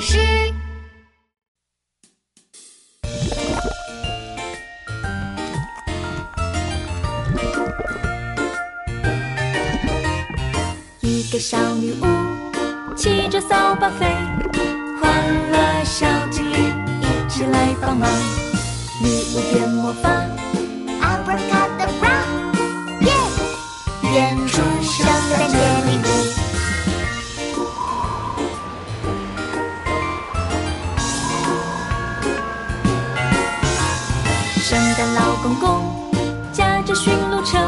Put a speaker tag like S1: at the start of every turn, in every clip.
S1: 师。一个小女巫骑着扫把飞，欢乐小精灵一起来帮忙。女巫变魔法，Abracadabra，耶！变出圣诞节礼物。圣诞老公公驾着驯鹿车，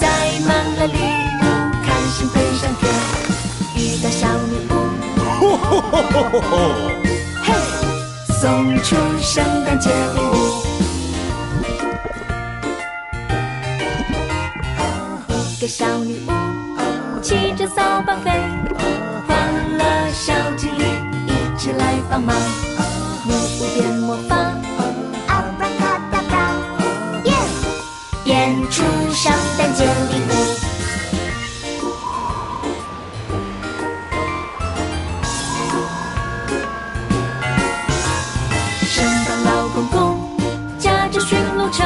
S1: 载满了礼物，开心飞上天。遇到小女巫，嘿，送出圣诞节礼物。一个小女巫骑着扫把飞，欢乐小精灵一起来帮忙。女巫变魔法，阿巴卡达达，耶！演出圣诞节礼物。圣诞老公公驾着驯鹿车，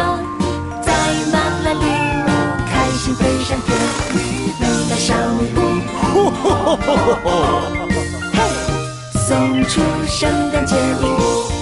S1: 载满了礼物，开心飞上天。美的小女巫，嘿，送出圣诞节礼物。